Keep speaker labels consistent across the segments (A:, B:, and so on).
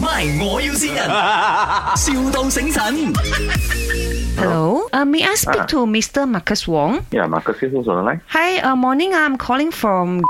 A: ，My 我要先人，,笑到醒神。
B: Hello, uh, may I speak
C: Ah.
B: to Mr. Marcus Wong?
C: Yeah, Marcus is also online.
B: Hi, uh, morning. I'm calling from.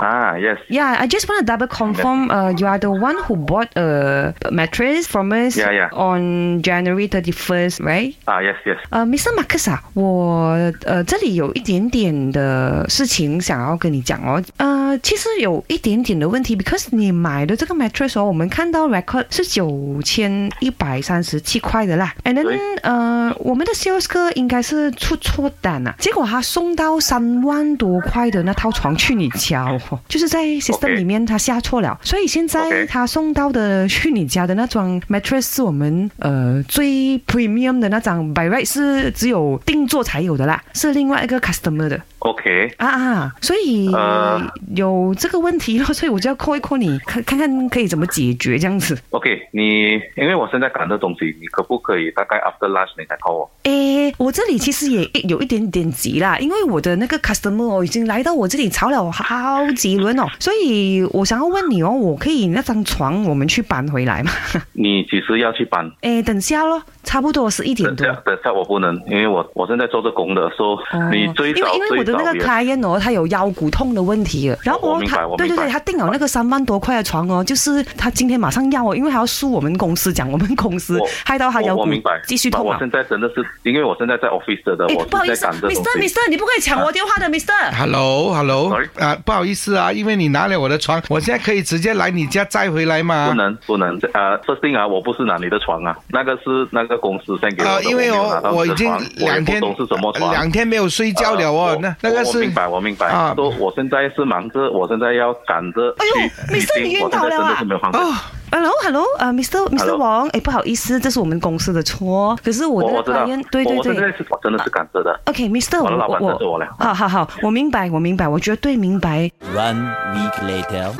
C: Ah, yes.
B: Yeah, I just want to double confirm. Uh, you are the one who bought a mattress from us
C: Yeah, yeah.
B: on January thirty first, right?
C: Ah, yes, yes.
B: 呃，Mr. Marcus 啊，我呃这里有一点点的事情想要跟你讲哦。呃，其实有一点点的问题，because 你买的这个 mattress 哦，我们看到 record 是九千一百三十七块的啦，and then
C: 对
B: 呃我们的 sales 哥应该是出错单了、结果他送到三万多块的那套床去你家哦，就是在 system
C: OK
B: 里面他下错了，所以现在
C: OK
B: 他送到的去你家的那张 mattress 是我们呃最 premium 的那张，by right 是只有定做才有的啦，是另外一个 customer 的
C: Okay.
B: 啊啊，所以、
C: 呃
B: 有这个问题咯，所 以我就要 call 一 call 你，看看看可以怎么解决这样子。
C: OK，你因为我现在赶着东西，你可不可以大概 after lunch 你才 call 我？
B: 诶，我这里其实也一有一点点急啦，因为我的那个 customer 哦已经来到我这里吵了好几轮哦，所以我想要问你哦，我可以那张床我们去搬回来吗？
C: 你几时要去搬？
B: 诶，等下咯，差不多十一点
C: 等
B: 多
C: 下。，等下我不能，因为我我现在做着工的，说、
B: 嗯哦
C: 你最早
B: 因为因为
C: 最
B: 我的那
C: 早
B: 个
C: 也
B: client 哦，他有腰骨痛的问题了，然后
C: 我
B: 哦
C: 明白
B: 他
C: 我
B: 对对
C: 明白
B: 对，他订了那个三万多块的床哦，就是他今天马上要哦，因为还要诉我们公司讲我们公司
C: 我
B: 害到他腰
C: 我我
B: 骨
C: 明白，
B: 继续
C: 那
B: 痛
C: 我
B: 啊。
C: 现在真的是，因为我现在在 office 的，
B: 诶
C: 我
B: 不好意
C: 现
B: 思
C: 在赶着东
B: ，Mr.
C: 西。啊
B: Mr. 你不可以抢我电话的，Mr. 啊
D: Hello Hello，
C: Sorry
D: 啊，不好意思啊，因为你拿了我的床，我现在可以直接来你家载回来
C: 不
D: 嘛。
C: 能不能，呃，first thing 啊，我不是拿你的床啊，那个是那个公司先给我的，
D: 呃，因为
C: 我没有拿到
D: 我我
C: 你的
D: 已经
C: 床我也
D: 两
C: 不
D: 天
C: 懂是什么床，
D: 两天没有睡觉了
B: 啊
C: 呃
D: 哦
C: 我，
D: 那那个
C: 我
D: 是
C: 我明白，我明白。
D: 啊
C: 说我现在是忙着，我现在要赶着
B: 哎呦
C: 去
B: Mister，
C: 去
B: 你
C: 我
B: 晕
C: 现
B: 倒了
C: 在真的
B: 啊
C: 是没有方法。
D: 哦，
B: Hello Hello，呃，Mr. Mr.
C: Hello
B: 王，诶，不好意思，这是我们公司的错，可是我
C: 我
B: 那
C: 我
B: 个
C: 知道
B: client，，对
C: 我
B: 对
C: 我现
B: 对
C: 在。是我真的是赶着的。
B: OK，Mr.
C: 我的老板
B: 我
C: 就是我了
B: 好好好，我明白，我明白，我绝对明白。
A: One week later，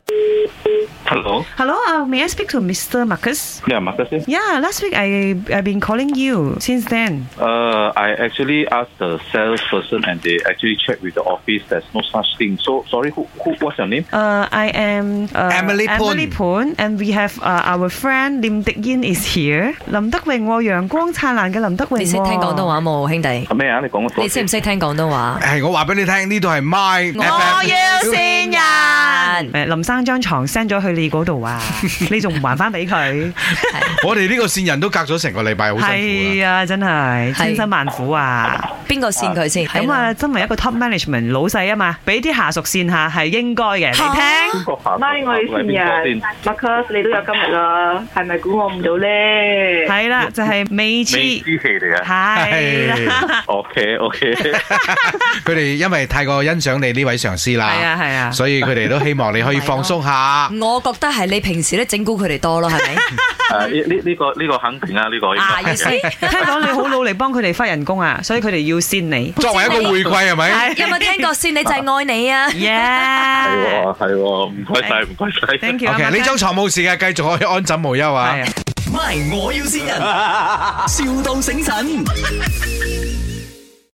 C: Hello，
B: Hello，啊、m a y I speak to Mr. Marcus？
C: 你好，马克先。
B: Yeah, last week I I've been calling you since then.
C: 呃，I actually asked the sales person and they actually checked with the office. There's no such thing. So sorry, who who what's your name?
B: Uh, I am uh,
D: Emily Poon.
B: Emily Poon, and we have uh, our friend Lim Dik Yin is here. 林德榮喎，陽光燦爛嘅林德榮。
E: 你識聽廣東？話冇，兄弟？
C: 咩啊？你講個
E: 你識唔識聽廣東話？
D: 系哎我话俾你听，呢度系 My
E: 我
B: 我
D: FM。
B: 要先人。誒，林生張床 send 咗去你嗰度啊，你仲唔還翻俾佢？
D: 我哋呢个线人都隔咗成个礼拜，好辛苦
B: 係啊，真係千辛萬苦啊！
E: 邊個線佢先？
B: 咁啊，身為一個 top management 老細啊嘛，俾啲下屬線下係應該嘅，你聽。
C: 個下屬
F: 咪我要
C: 係
F: 善
C: 邊個
F: 人
C: 先？
F: ，Marcus 你都有今日啦，係咪估我唔到咧？
B: 係啦，就係美痴，
C: 未知氣嚟啊
B: 係 啦。
C: ？OK OK，
D: 佢哋因为太过欣赏你呢位上司啦，
B: 係啊係啊
D: 所以佢哋都希望你可以放松下。
E: 我覺得係你平時咧整蠱佢哋多咯，係咪？
C: 誒啊呢呢呢個呢個肯定啊，呢個應
E: 啊，
C: 該
E: 要
C: 係嘅。
E: 先。
B: 聽講你好努力幫佢哋發人工啊，所以佢哋要先你。
D: 作为一个回馈系咪？
E: 有冇聽過先？你就係愛你啊！
C: 係
B: Yeah，thank
C: 喎係喎，唔該晒，唔該晒。
B: you 啊。
D: ？OK，呢张床冇事嘅，繼續可以安枕無憂啊。
B: 係啊
A: My 我要先人，,笑到醒神。